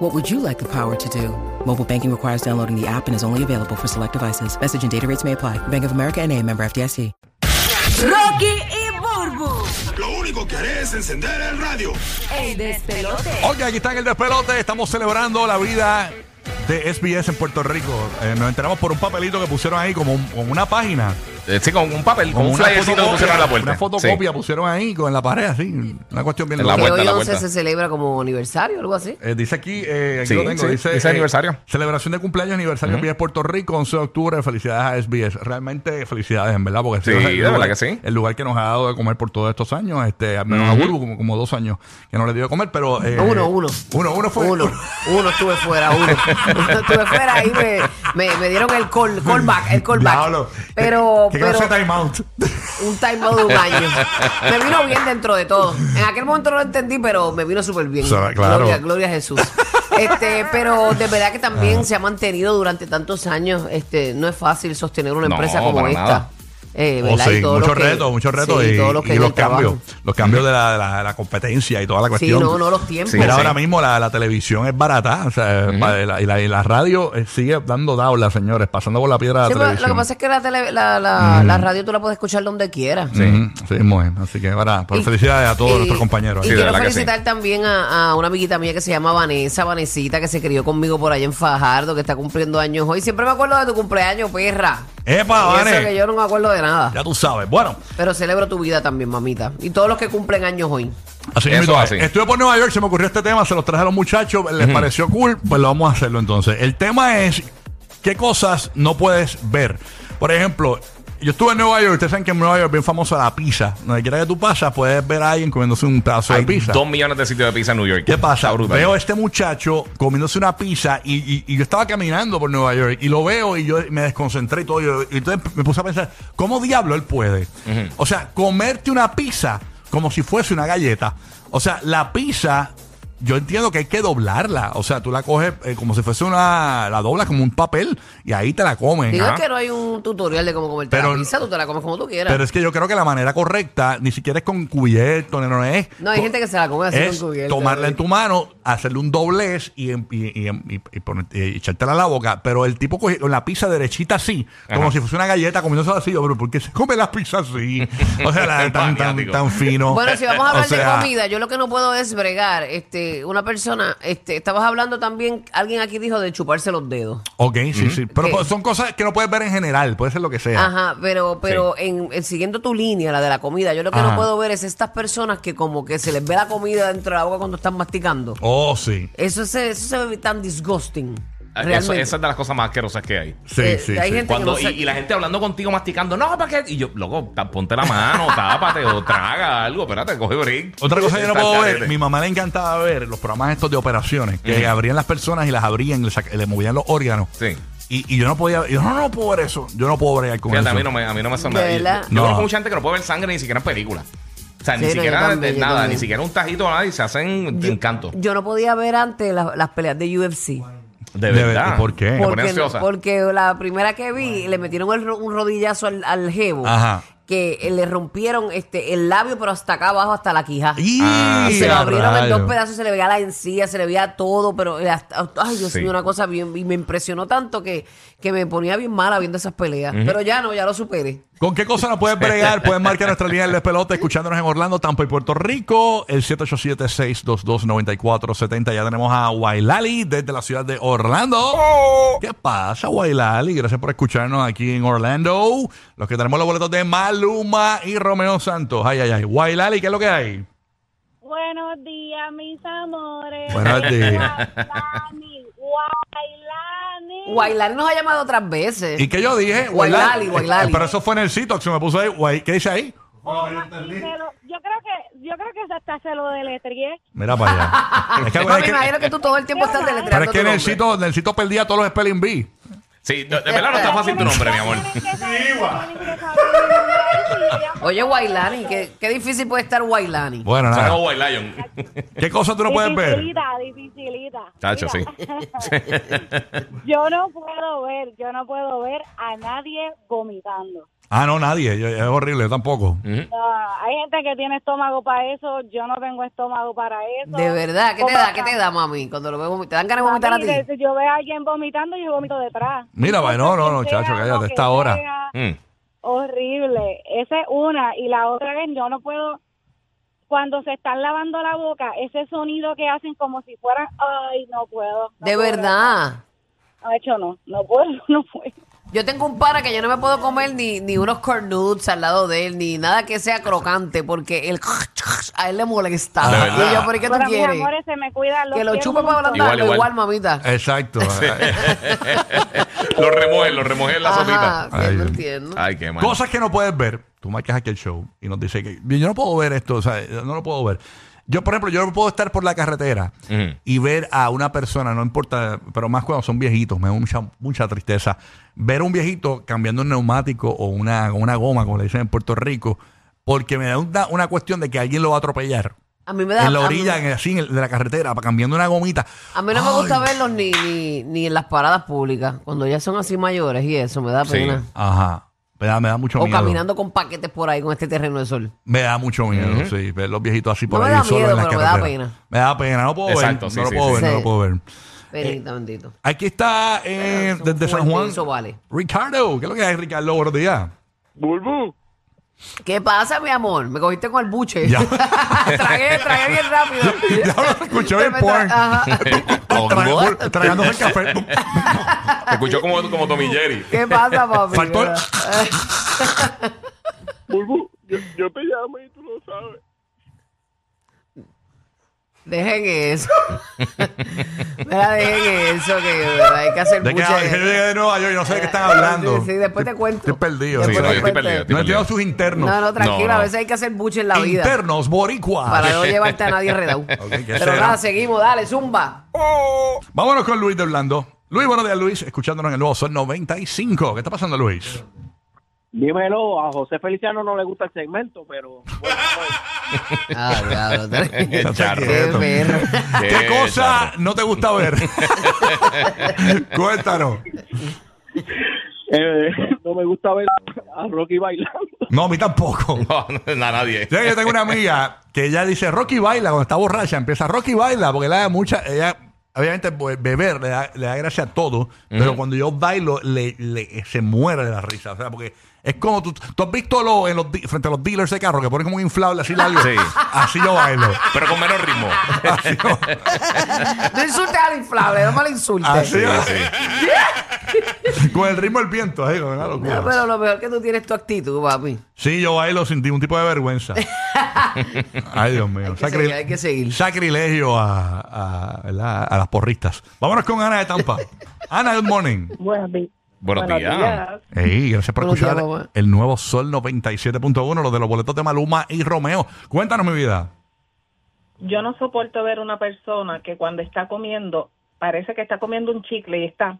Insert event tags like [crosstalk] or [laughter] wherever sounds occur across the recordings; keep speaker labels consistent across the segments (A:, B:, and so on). A: What would you like the power to do? Mobile banking requires downloading the app and is only available for select devices. Message and data rates may apply. Bank of America and a member FDIC.
B: Rocky y Burbu,
C: Lo único que haré es encender el radio.
B: el despelote.
D: Ok, aquí está en el despelote. Estamos celebrando la vida de SBS en Puerto Rico. Eh, nos enteramos por un papelito que pusieron ahí, como, un- como una página.
E: Eh, Sí, con un papel, con
D: Como
E: un flyercito que pusieron en la puerta.
D: una fotocopia pusieron ahí con, en la pared, así. Una cuestión bien
E: En la
D: loca.
F: Que
E: vuelta,
F: hoy
E: la
F: 11
E: vuelta.
F: se celebra como aniversario, algo así.
D: Eh, dice aquí, eh, aquí
E: Sí,
D: lo tengo,
E: sí,
D: dice,
E: dice
D: eh,
E: aniversario.
D: Celebración de cumpleaños, aniversario SBS Puerto Rico, 11 de octubre. Felicidades a SBS. Realmente felicidades, en verdad, porque
E: Sí,
D: ese es
E: de verdad que sí.
D: el lugar que nos ha dado de comer por todos estos años. Este, al menos a Burbu, como, como dos años que no le dio de comer, pero. eh,
F: Uno, uno.
D: Uno, uno fue.
F: Uno, uno estuve fuera, uno. [laughs] Uno estuve fuera y me, me, me dieron el call, callback, el callback.
D: Diablo.
F: Pero,
D: ¿Qué
F: pero
D: clase de timeout?
F: un time out de un año. Me vino bien dentro de todo. En aquel momento no lo entendí, pero me vino súper bien.
D: O sea, claro.
F: Gloria, gloria a Jesús. Este, pero de verdad que
D: Ah.
F: también se ha mantenido durante tantos años. Este, no es fácil sostener una
E: No,
F: empresa como
E: para
F: esta.
E: nada.
F: Eh,
D: Oh,
F: ¿verdad?
D: sí,
F: Y todos
D: muchos
F: los que-
D: retos, muchos retos
F: sí,
D: y,
F: todos los que
D: y
F: en
D: los
F: el trabajo.
D: cambios, los cambios de la, de la- de la competencia y toda la
F: Sí,
D: cuestión.
F: no, no, los tiempos.
E: Sí,
D: Mira,
E: sí.
D: ahora mismo la, la televisión es barata, o sea, pa- la- y, la, y la radio eh, sigue dando tablas, señores, pasando por la piedra de
F: Sí,
D: la
F: pero
D: televisión.
F: lo que pasa es que la, tele- la, la- la radio tú la puedes escuchar donde quieras.
D: Ujú, sí, muy bien. Así que, para, por
F: Y-
D: felicidades a todos
F: y-
D: nuestros compañeros.
F: Y
D: ¿eh?
E: Sí, de
F: quiero
E: verdad que sí.
F: felicitar también a, a una amiguita mía que se llama Vanessa, Vanesita, que se crió conmigo por allá en Fajardo, que está cumpliendo años hoy. Siempre me acuerdo de tu cumpleaños, perra. Y
D: ¡Epa,
F: eso
D: Ah, Vane!
F: que yo no me acuerdo de nada.
D: Ya tú sabes. Bueno,
F: Pero celebro tu vida también, mamita. Y todos los que cumplen años hoy.
D: así
E: Eso
D: mismo es.
E: así.
D: Estuve por Nueva York, se me ocurrió este tema, se los traje a los muchachos, les pareció cool, pues lo vamos a hacerlo entonces. El tema es qué cosas no puedes ver. Por ejemplo, yo estuve en Nueva York, ustedes saben que en Nueva York es bien famosa la pizza. Donde quiera que tú pasas, puedes ver a alguien comiéndose un tazo de
E: Hay
D: pizza.
E: dos millones de sitios de pizza en New York.
D: ¿Qué pasa?
E: Está brutal.
D: Veo a este muchacho comiéndose una pizza y, y- y yo estaba caminando por Nueva York y lo veo y yo me desconcentré y todo. yo- y entonces me puse a pensar, ¿cómo diablo él puede? O sea, comerte una pizza como si fuese una galleta. O sea, la pizza, yo entiendo que hay que doblarla. O sea, tú la coges eh, como si fuese una. La doblas como un papel y ahí te la comen.
F: Digo
D: Ajá.
F: que no hay un tutorial de cómo comer
D: Pero-
F: la pizza, tú te la comes como tú quieras.
D: Pero es que yo creo que la manera correcta ni siquiera es con cubierto, no, no es.
F: No, hay
D: con-
F: gente que se la come así
D: es
F: con cubierta,
D: Tomarla en
F: ¿verdad?
D: tu mano, hacerle un doblez y, en- y, y- y- y poner- y echártela a la boca. Pero el tipo coge- con la pizza derechita así, como
E: Ajá.
D: si fuese una galleta comiéndose así. Yo, pero ¿por qué se come las pizzas así? O
E: [laughs]
D: sea, la- tan, tan,
E: Maniático.
D: tan fino.
F: Bueno, si vamos a
D: O
F: hablar
D: sea,
F: de comida, yo lo que no puedo es bregar. Este, una persona, este, estabas hablando también, alguien aquí dijo de chuparse los dedos.
D: Ok, sí, sí. Pero pues
F: ¿Qué?
D: son cosas que no puedes ver en general, puede ser lo que sea.
F: Ajá, pero, pero en, en siguiendo tu línea, la de la comida, yo lo que
D: Ajá.
F: no puedo ver es estas personas que como que se les ve la comida dentro de la boca cuando están masticando.
D: Oh, sí.
F: Eso se, eso se ve tan disgusting.
E: Ah,
F: Realmente.
E: Eso, esa es de las cosas más asquerosas que hay.
D: Sí,
F: Eh,
D: sí.
F: hay
D: sí.
F: gente-
E: Cuando,
F: que
E: y,
F: no sé-
E: y la gente hablando contigo, masticando, no, ¿para qué? Y yo, loco, ta- ponte la
F: [laughs]
E: mano, tápate o traga algo, espérate, coge break.
D: Otra cosa que yo no puedo ver,
E: Targarete.
D: mi mamá le encantaba ver los programas estos de operaciones, que abrían las personas y las abrían, le, sac- le movían los órganos.
E: Sí.
D: Y, y yo no podía, yo no, no puedo ver eso, yo no puedo bregar con
E: Fíjate, a
D: eso.
E: mí no me, a mí no me son
F: De
E: nada. Yo-
F: verdad.
E: Yo
D: No.
E: conozco mucha gente que no puede ver sangre ni siquiera en películas. O sea,
F: Sí,
E: ni
F: no, yo
E: siquiera
F: también,
E: de
F: yo
E: nada,
F: también.
E: ni siquiera un tajito o nada y se hacen de encanto.
F: Yo no podía ver antes la- las peleas de UFC.
E: De
D: De
E: verdad.
D: ver- ¿por qué? Eh, Me pone
F: Porque, no-
E: ansiosa.
F: porque la primera que vi le metieron el ro- un rodillazo al, al jevo
D: Ajá.
F: que eh, le rompieron este el labio pero hasta acá abajo hasta la quija.
D: ¡Y!
E: Ah,
F: Y se lo
D: ¡Ah,
F: abrieron en
D: rayos!
F: dos pedazos, se le veía la encía, se le veía todo, pero hasta- ay Dios
E: Sí.
F: mío, una cosa bien, y me impresionó tanto que, que me ponía bien mala viendo esas peleas. Pero ya no, ya lo superé.
D: ¿Con qué cosa nos puedes bregar? Puedes marcar nuestra línea de pelota escuchándonos en Orlando, Tampa y Puerto Rico, el 787-622-9470. Ya tenemos a Wailali desde la ciudad de Orlando.
F: Oh.
D: ¿Qué pasa, Wailali? Gracias por escucharnos aquí en Orlando. Los que tenemos los boletos de Maluma y Romeo Santos. Ay, ay, ay. Wailali, ¿qué es lo que hay?
G: Buenos días, mis amores.
D: Buenos días.
G: Guailani, Guailani.
F: Guailani nos ha llamado otras veces.
D: ¿Y qué yo dije?
F: Wailali,
D: Eh,
F: Wailali.
D: Pero eso fue en el sitio, se me puso ahí. Guay- ¿Qué dice ahí?
G: Y se lo- yo creo que yo creo que hasta se lo deletrié.
D: Mira para
F: [laughs]
D: allá. es que,
F: Pero
D: es
F: me
D: que-
F: imagino que tú todo el tiempo estás
D: pero
F: deletreando
D: es que en
F: tu
D: el
F: nombre.
D: sitio, en el sitio perdía todos los spelling bee.
F: [laughs]
E: Sí, no, de verdad no está fácil tu nombre, mi amor.
G: Tienen que saber- tienen que saber mi nombre.
F: Oye, Wailani, qué, qué difícil puede estar Wailani.
D: Bueno,
E: Sacó
D: nada.
E: White [laughs] Lion.
D: ¿Qué cosas tú no puedes ver?
G: Dificilita, dificilita.
E: Tacho, sí.
G: Mira, [laughs] Yo no puedo ver, yo no puedo ver a nadie vomitando.
D: Ah, no, nadie. Yo- es horrible, yo tampoco.
E: Ujú.
G: No, hay gente que tiene estómago para eso, yo no tengo estómago para eso.
F: De verdad, ¿qué te
G: Como
F: da? ¿Qué te da, mami? Cuando lo veo vomitar, ¿te dan ganas de vomitar a
G: mí, de-
F: ti?
G: si yo veo a alguien vomitando, yo vomito detrás.
D: Mira,
G: va,
D: va, no, no, no, chacho, cállate, esta hora.
E: Mm.
G: Horrible. Esa es una. Y la otra es, yo no puedo, cuando se están lavando la boca, ese sonido que hacen como si fueran, ay, no puedo. no
F: De
G: puedo.
F: verdad.
G: De hecho, no, no puedo, [laughs] no puedo.
F: Yo tengo un para que yo no me puedo comer ni, ni unos cornuts al lado de él, ni nada que sea crocante, porque el [laughs] a él le molesta.
E: De verdad.
F: Y yo, ¿por qué tú
G: Pero, mis
F: quieres?
G: amores, se me cuidan los
F: Que lo
G: pies
F: chupe
G: un
F: para
G: montón.
F: ablandarlo. Igual,
E: Igual, igual.
F: mamita.
D: Exacto.
E: lo remojé, lo remojé en la
F: Ajá,
E: sopita.
D: Ay,
F: entiendo,
D: Dios.
F: entiendo.
E: Ay, qué mal.
D: Cosas que no puedes ver. Tú marcas aquí el show y nos dice que yo no puedo ver esto, o sea, no lo puedo ver. Yo, por ejemplo, yo no puedo estar por la carretera
E: Ujú.
D: y ver a una persona, no importa, pero más cuando son viejitos, me da mucha, mucha tristeza. Ver a un viejito cambiando un neumático o una, una goma, como le dicen en Puerto Rico, porque me da una, una cuestión de que alguien lo va a atropellar.
F: A mí me da.
D: En la
F: a mí-
D: orilla, en el- así, en el- de la carretera, pa- cambiando una gomita.
F: A mí no me
D: Ay.
F: gusta verlos ni, ni, ni en las paradas públicas, cuando ya son así mayores y eso, me da
E: Sí.
F: pena.
D: Ajá. Me da, me da mucho
F: O
D: miedo. Eh,
F: caminando con paquetes por ahí con este terreno de sol.
D: Me da mucho miedo, sí, ver los viejitos así por
F: No me
D: ahí
F: da
D: solos
F: miedo,
D: en las
F: pero me da
D: carreteras.
F: pena.
D: Me da pena, no puedo
E: Exacto,
D: ver,
E: sí,
D: no lo
E: sí,
D: puedo
E: sí.
D: ver, no
F: Sí.
D: lo puedo ver.
F: Perita, bendito.
D: Aquí está eh,
F: son
D: desde San
F: fuertes,
D: Juan.
F: eso vale.
D: Ricardo, ¿qué es lo que hay, Ricardo? Buenos días.
H: Bulbu,
F: ¿Qué pasa, mi amor? Me cogiste con el buche.
D: Ya.
F: [laughs] tragué, tragué bien rápido.
D: [laughs] Ya lo escuché
F: [laughs]
D: el
F: Me tra-
D: porn.
F: Ajá.
D: Tra- [laughs] Tragándose el café.
E: Te [laughs] escuchó como, como Tommy Jerry.
F: ¿Qué pasa, papi? [laughs]
D: Faltó el-
H: Bulbu, yo, yo te llamo y tú lo sabes.
F: Dejen eso. [laughs] Mira, dejen eso, que de verdad, hay que hacer
D: De que yo
F: buche.
D: llegué de Nueva York y no sé de qué están hablando.
F: Sí, sí, después te cuento.
D: Estoy perdido.
F: Después
E: Sí, no,
F: te
E: yo estoy
F: cuento.
E: perdido.
D: No entiendo sus internos.
F: No, no, tranquilo,
E: No, no.
F: a veces hay que hacer buche en la vida.
D: Internos, boricuas.
F: Para no llevarte a nadie
D: [laughs]
F: redado.
D: Ah, ¿qué
F: Pero
D: será?
F: nada, seguimos, dale, zumba.
D: Vámonos con Luis de Orlando. Luis, buenos días, Luis. Escuchándonos en el nuevo Sol 95. ¿Qué está pasando, Luis?
H: Dímelo, a José Feliciano no le gusta el segmento, pero [laughs] bueno,
F: Ah, [laughs] diablo,
E: Qué
F: qué
E: charro.
F: perro.
D: Ah, ¿Qué cosa no te gusta
E: [laughs]
D: ver? Cuéntanos.
H: eh, no me gusta ver a Rocky bailando.
D: No, a mí tampoco.
E: [laughs] No, no, no, nadie.
D: Ya que yo tengo una amiga que ella dice Rocky baila cuando está borracha, empieza Rocky baila porque le da mucha, ella obviamente pues, beber le da, le da gracia a todo, pero cuando yo bailo le, le- se muere de la risa, o sea, porque es como tú, tú has visto lo, en los, di- frente a los dealers de carro que ponen como un inflable así largo,
E: Sí.
D: así yo bailo.
E: Pero con menos ritmo.
D: Así yo,
E: [laughs]
F: No insultes al inflable, no me lo insultes.
D: así
E: Sí,
D: yo-
E: sí.
D: con el ritmo del viento, así, con una locura.
F: No, pero lo mejor que tú tienes es tu actitud, papi.
D: Sí, yo bailo sin ningún tipo
F: [laughs]
D: de vergüenza. Ay, Dios mío.
F: Hay que seguir, hay que seguir.
D: Sacrilegio a, a, ¿verdad? a las porristas. Vámonos con Ana de
F: [laughs]
D: Tampa. Ana, good morning.
G: Buenos días.
E: Buenos días.
D: Ey, gracias por
F: Buenos días,
D: escuchar
F: mamá.
D: el nuevo Sol 97.1, los de los boletos de Maluma y Romeo. Cuéntanos mi vida.
I: yo no soporto ver una persona que cuando está comiendo, parece que está comiendo un chicle y está.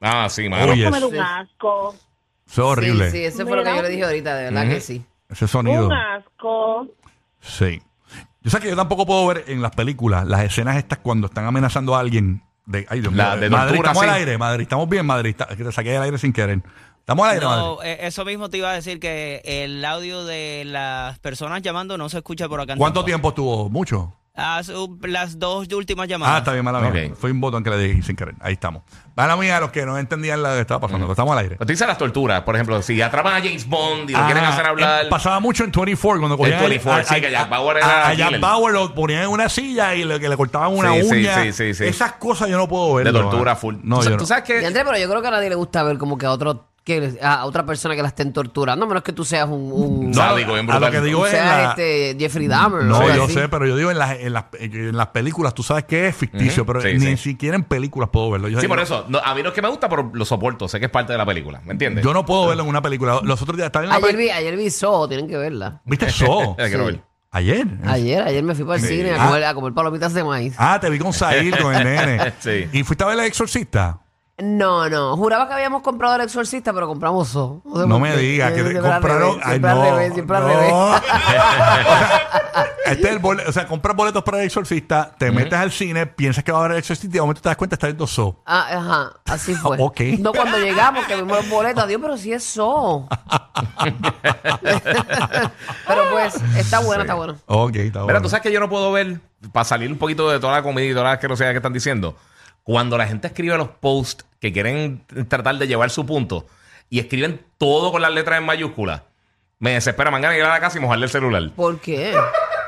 E: Ah, sí, mano.
D: Oye,
I: Come de
F: Sí.
I: un asco,
D: Eso es horrible.
F: Sí, sí, eso fue lo que yo le dije ahorita, de verdad que sí.
D: Ese sonido.
I: un asco.
D: Sí. Yo sé que yo tampoco puedo ver en las películas las escenas estas cuando están amenazando a alguien. De, ay, Dios mío.
E: La de
D: Madrid,
E: tortura,
D: estamos al
E: sí.
D: aire, Madrid. Estamos bien, Madrid. Está- es que te saqué del aire sin querer. Estamos al aire, Madrid.
J: No, eh, eso mismo te iba a decir que el audio de las personas llamando no se escucha por acá. en
D: ¿Cuánto
J: Tampa.
D: tiempo estuvo? ¿Mucho?
J: Ah, su- las dos últimas llamadas.
D: Ah, está bien, mala mía.
E: Ok.
D: Fue un botón que le di sin querer. Ahí estamos. Mala mía a los que no entendían lo que estaba pasando. pero Estamos al aire.
E: Pero tú dices las torturas, por ejemplo, si atrapan a James Bond y lo
D: Ah,
E: quieren hacer hablar.
D: eh, Pasaba mucho en 24 cuando cogían.
E: 24, sí, que Jack Bauer era
D: a- a Jack
E: killer.
D: Bauer lo ponían en una silla y le, que le cortaban una
E: Sí, sí,
D: uña.
E: sí, sí, sí.
D: Esas cosas yo no puedo ver.
E: de tortura full.
D: No, yo
E: tú, sa-
D: no.
E: tú sabes
F: Y
E: que.
F: Andrés, pero yo creo que a nadie le gusta ver como que a otro que a otra persona que la estén torturando, a menos que tú seas un, un
E: No, Sádico, bien
D: a lo
E: brutal.
D: que digo
F: tú
D: es.
F: seas
D: la-
F: este Jeffrey Dahmer. o
D: No,
F: algo
D: yo
F: así.
D: sé, pero yo digo en las, en las, en las películas, tú sabes que es ficticio,
E: Ujú,
D: pero
E: sí,
D: ni
E: sí.
D: siquiera en películas puedo verlo. Yo
E: Sí,
D: sé-
E: por eso. no, a mí no es que me gusta, pero lo soporto. Sé que es parte de la película. ¿Me entiendes?
D: Yo no puedo verlo en una película. Los otros días estaba en una
F: Ayer
D: película.
F: vi, ayer vi Saw, tienen que verla.
D: ¿Viste
E: [laughs]
D: eso?
E: Eh, quiero ver.
D: Ayer.
F: Ayer, ayer me fui para el
E: Sí.
F: cine a
D: Ah.
F: comer, a comer palomitas de maíz.
D: Ah, te vi con Zahir, con el nene.
E: [laughs] Sí.
D: ¿Y fuiste a ver El Exorcista?
F: No, no. Juraba que habíamos comprado el exorcista, pero compramos dos. sé
D: No
F: por
D: me
F: qué.
D: digas que
F: Siempre
D: te
F: al revés,
D: compraron. Ay,
F: Siempre al
D: no,
F: revés, siempre al
D: no.
F: revés.
D: [laughs] O sea, este es el boleto. O sea, compras boletos para el exorcista, te metes al cine, piensas que va a haber el exorcista y de momento te das cuenta que está viendo Saw.
F: Ah, ajá, así fue.
D: [laughs] Ok.
F: No cuando llegamos, que vimos los boletos, adiós, pero sí es eso. [laughs] pero pues, está bueno, está bueno.
D: Ok, está
E: Mira,
D: bueno.
E: tú sabes que yo no puedo ver, para salir un poquito de toda la comida y todas las asquerosidades que están diciendo, cuando la gente escribe los posts que quieren tratar de llevar su punto y escriben todo con las letras en mayúsculas, me desespera, me dan ganas de ir a la casa y mojarle el celular.
F: ¿Por qué?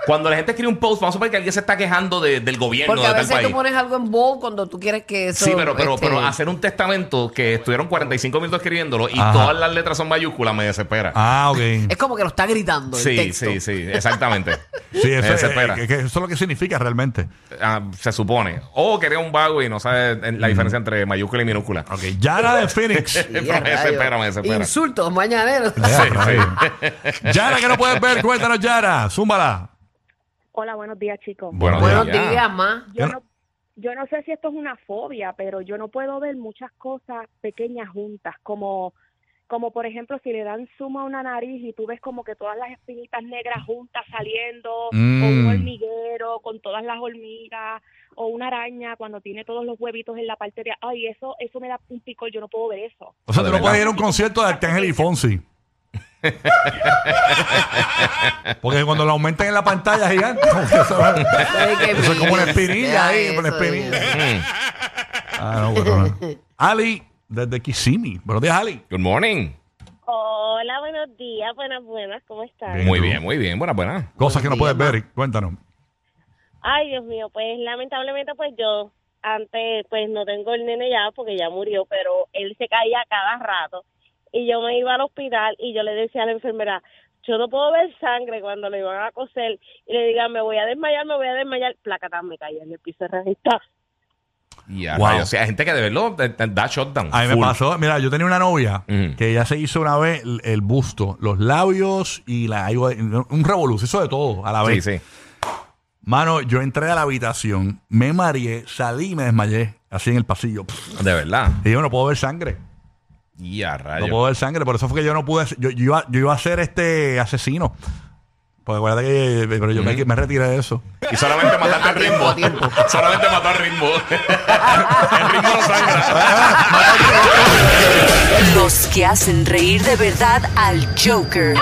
E: Cuando la gente escribe un post, vamos a suponer que alguien se está quejando de- del gobierno
F: Porque a
E: de tal
F: veces
E: país.
F: tú pones algo en bold cuando tú quieres que eso.
E: Sí, pero, pero,
F: este,
E: pero hacer un testamento que estuvieron 45 minutos escribiéndolo y
D: Ajá.
E: todas las letras son mayúsculas me desespera.
D: Ah, ok.
F: Es como que lo está gritando. el
E: sí,
F: texto.
E: sí, sí, exactamente.
D: Sí,
E: Me
D: eso, es-
E: desespera.
D: eh, que- que eso es lo que significa realmente.
E: Ah, se supone. O quería un vago y no sabe eh, la diferencia entre mayúscula y minúscula.
D: Ok, Yara de
E: [laughs]
D: Phoenix.
F: [laughs] Y a
E: Me desespera, me
F: rayos.
E: desespera.
F: Insultos
E: [laughs]
F: mañaneros.
D: Sí, sí. Yara, que no puedes ver, cuéntanos, Yara. Zúmbala.
G: Hola, buenos días, chicos.
E: Bueno,
F: Buenos
E: ya.
F: días, ma.
G: Yo no, yo no sé si esto es una fobia, pero yo no puedo ver muchas cosas pequeñas juntas, como como por ejemplo si le dan suma a una nariz y tú ves como que todas las espinitas negras juntas saliendo, o un
D: Mm.
G: hormiguero con todas las hormigas, o una araña cuando tiene todos los huevitos en la parte de, ay, eso eso me da un picor, yo no puedo ver eso.
D: O sea, tú no
E: Adelante.
D: puedes ir a un concierto de Arcángel y Fonsi. Porque cuando lo aumentan en la pantalla gigante, como que eso,
F: Ay, qué
D: eso es como una
F: miedo.
D: espinilla
F: Ya,
D: ahí, una
F: eso,
D: espinilla.
F: ya.
E: Mm.
D: Ah, no, bueno, no. Ali, desde Kissimmee. Buenos días, Ali.
E: Good morning.
G: Hola, buenos días, buenas, buenas, ¿cómo están?
D: Bien,
E: Muy
D: tú.
E: bien, muy bien. Buena, buena.
D: Cosas que no puedes
F: Buenos días,
D: ver, cuéntanos.
G: Ay, Dios mío, pues lamentablemente pues yo antes pues no tengo el nene ya porque ya murió, pero él se caía cada rato y yo me iba al hospital y yo le decía a la enfermera, yo no puedo ver sangre cuando le iban a coser y le digan, me voy a desmayar, me voy a desmayar, placatán, me caía en el piso de revista.
E: Y a
D: Wow.
E: rayos. O sea, hay gente que de verdad eh, eh, da shutdown.
D: A mí me
E: Full.
D: pasó, mira, yo tenía una novia
E: Ujú.
D: que ella se hizo una vez el, el busto, los labios y la un revoluz, hizo de todo a la
E: Sí,
D: vez.
E: sí.
D: Mano, yo entré a la habitación, me mareé, salí y me desmayé, así en el pasillo. Pff.
E: De verdad.
D: Y yo no puedo ver sangre.
E: Y a
D: No
E: rayos.
D: puedo ver sangre, por eso fue que yo no pude. Yo, yo iba, yo iba a ser este asesino. Pues acuérdate que pero yo me, me retiré de eso.
E: Y solamente mataste el
F: tiempo, [laughs]
E: ritmo.
F: a tiempo.
E: [laughs] Solamente mató el ritmo.
F: [laughs]
E: el ritmo no sangra.
B: Los que hacen reír de verdad al Joker.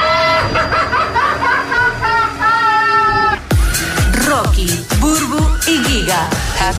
B: Rocky, Burbu y Giga.